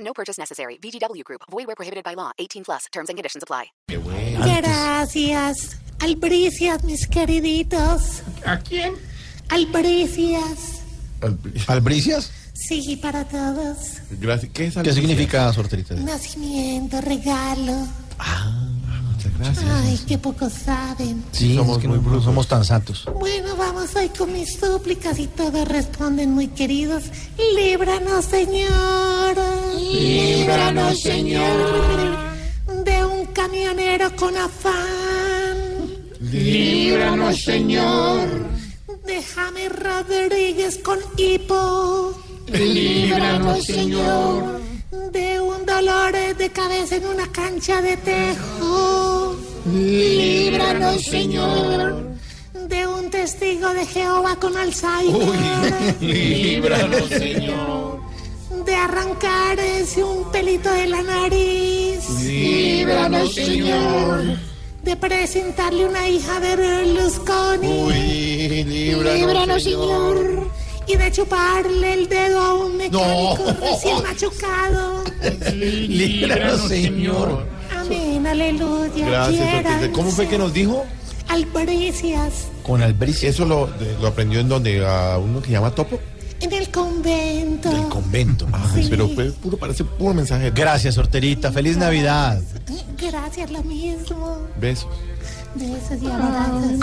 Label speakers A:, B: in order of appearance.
A: No purchase necessary. VGW Group. Void where prohibited by law. 18 plus. Terms and conditions apply.
B: Gracias, albricias, mis queriditos.
C: ¿A quién?
B: Albricias.
D: ¿Albricias?
B: Sí, para todos.
C: Gracias. ¿Qué es
D: ¿Qué significa sorterita?
B: Nacimiento, regalo.
C: Gracias.
B: Ay, qué poco saben.
D: Sí, somos,
C: muy brutos.
D: somos tan santos.
B: Bueno, vamos hoy con mis súplicas y todos responden muy queridos. Líbranos, Señor. Líbranos, Señor. De un camionero con afán.
C: Líbranos, Señor.
B: De Jaime Rodríguez con hipo.
C: Líbranos, Señor.
B: De un dolor de cabeza en una cancha de tejo.
C: Líbranos, Señor.
B: De un testigo de Jehová con Alzheimer.
C: Líbranos, Señor.
B: De arrancarse un pelito de la nariz.
C: Líbranos, Señor.
B: De presentarle una hija de Berlusconi.
C: Uy, líbranos, Señor.
B: Y de chuparle el dedo a un mecánico recién machucado.
D: Líbranos, Señor.
B: Amén, aleluya.
C: Gracias,
B: quiéranse.
C: doctor. ¿Cómo fue que nos dijo?
B: Albricias
D: Con albricias.
C: Eso lo, de- lo aprendió en donde a uno que llama Topo.
B: en el convento.
D: Del convento.
C: Ay,
B: Ah. Sí.
C: Pero fue puro, parece puro mensaje.
D: Gracias, sorterita. Feliz Navidad.
B: Gracias, lo mismo.
C: Besos.
B: Besos y abrazos.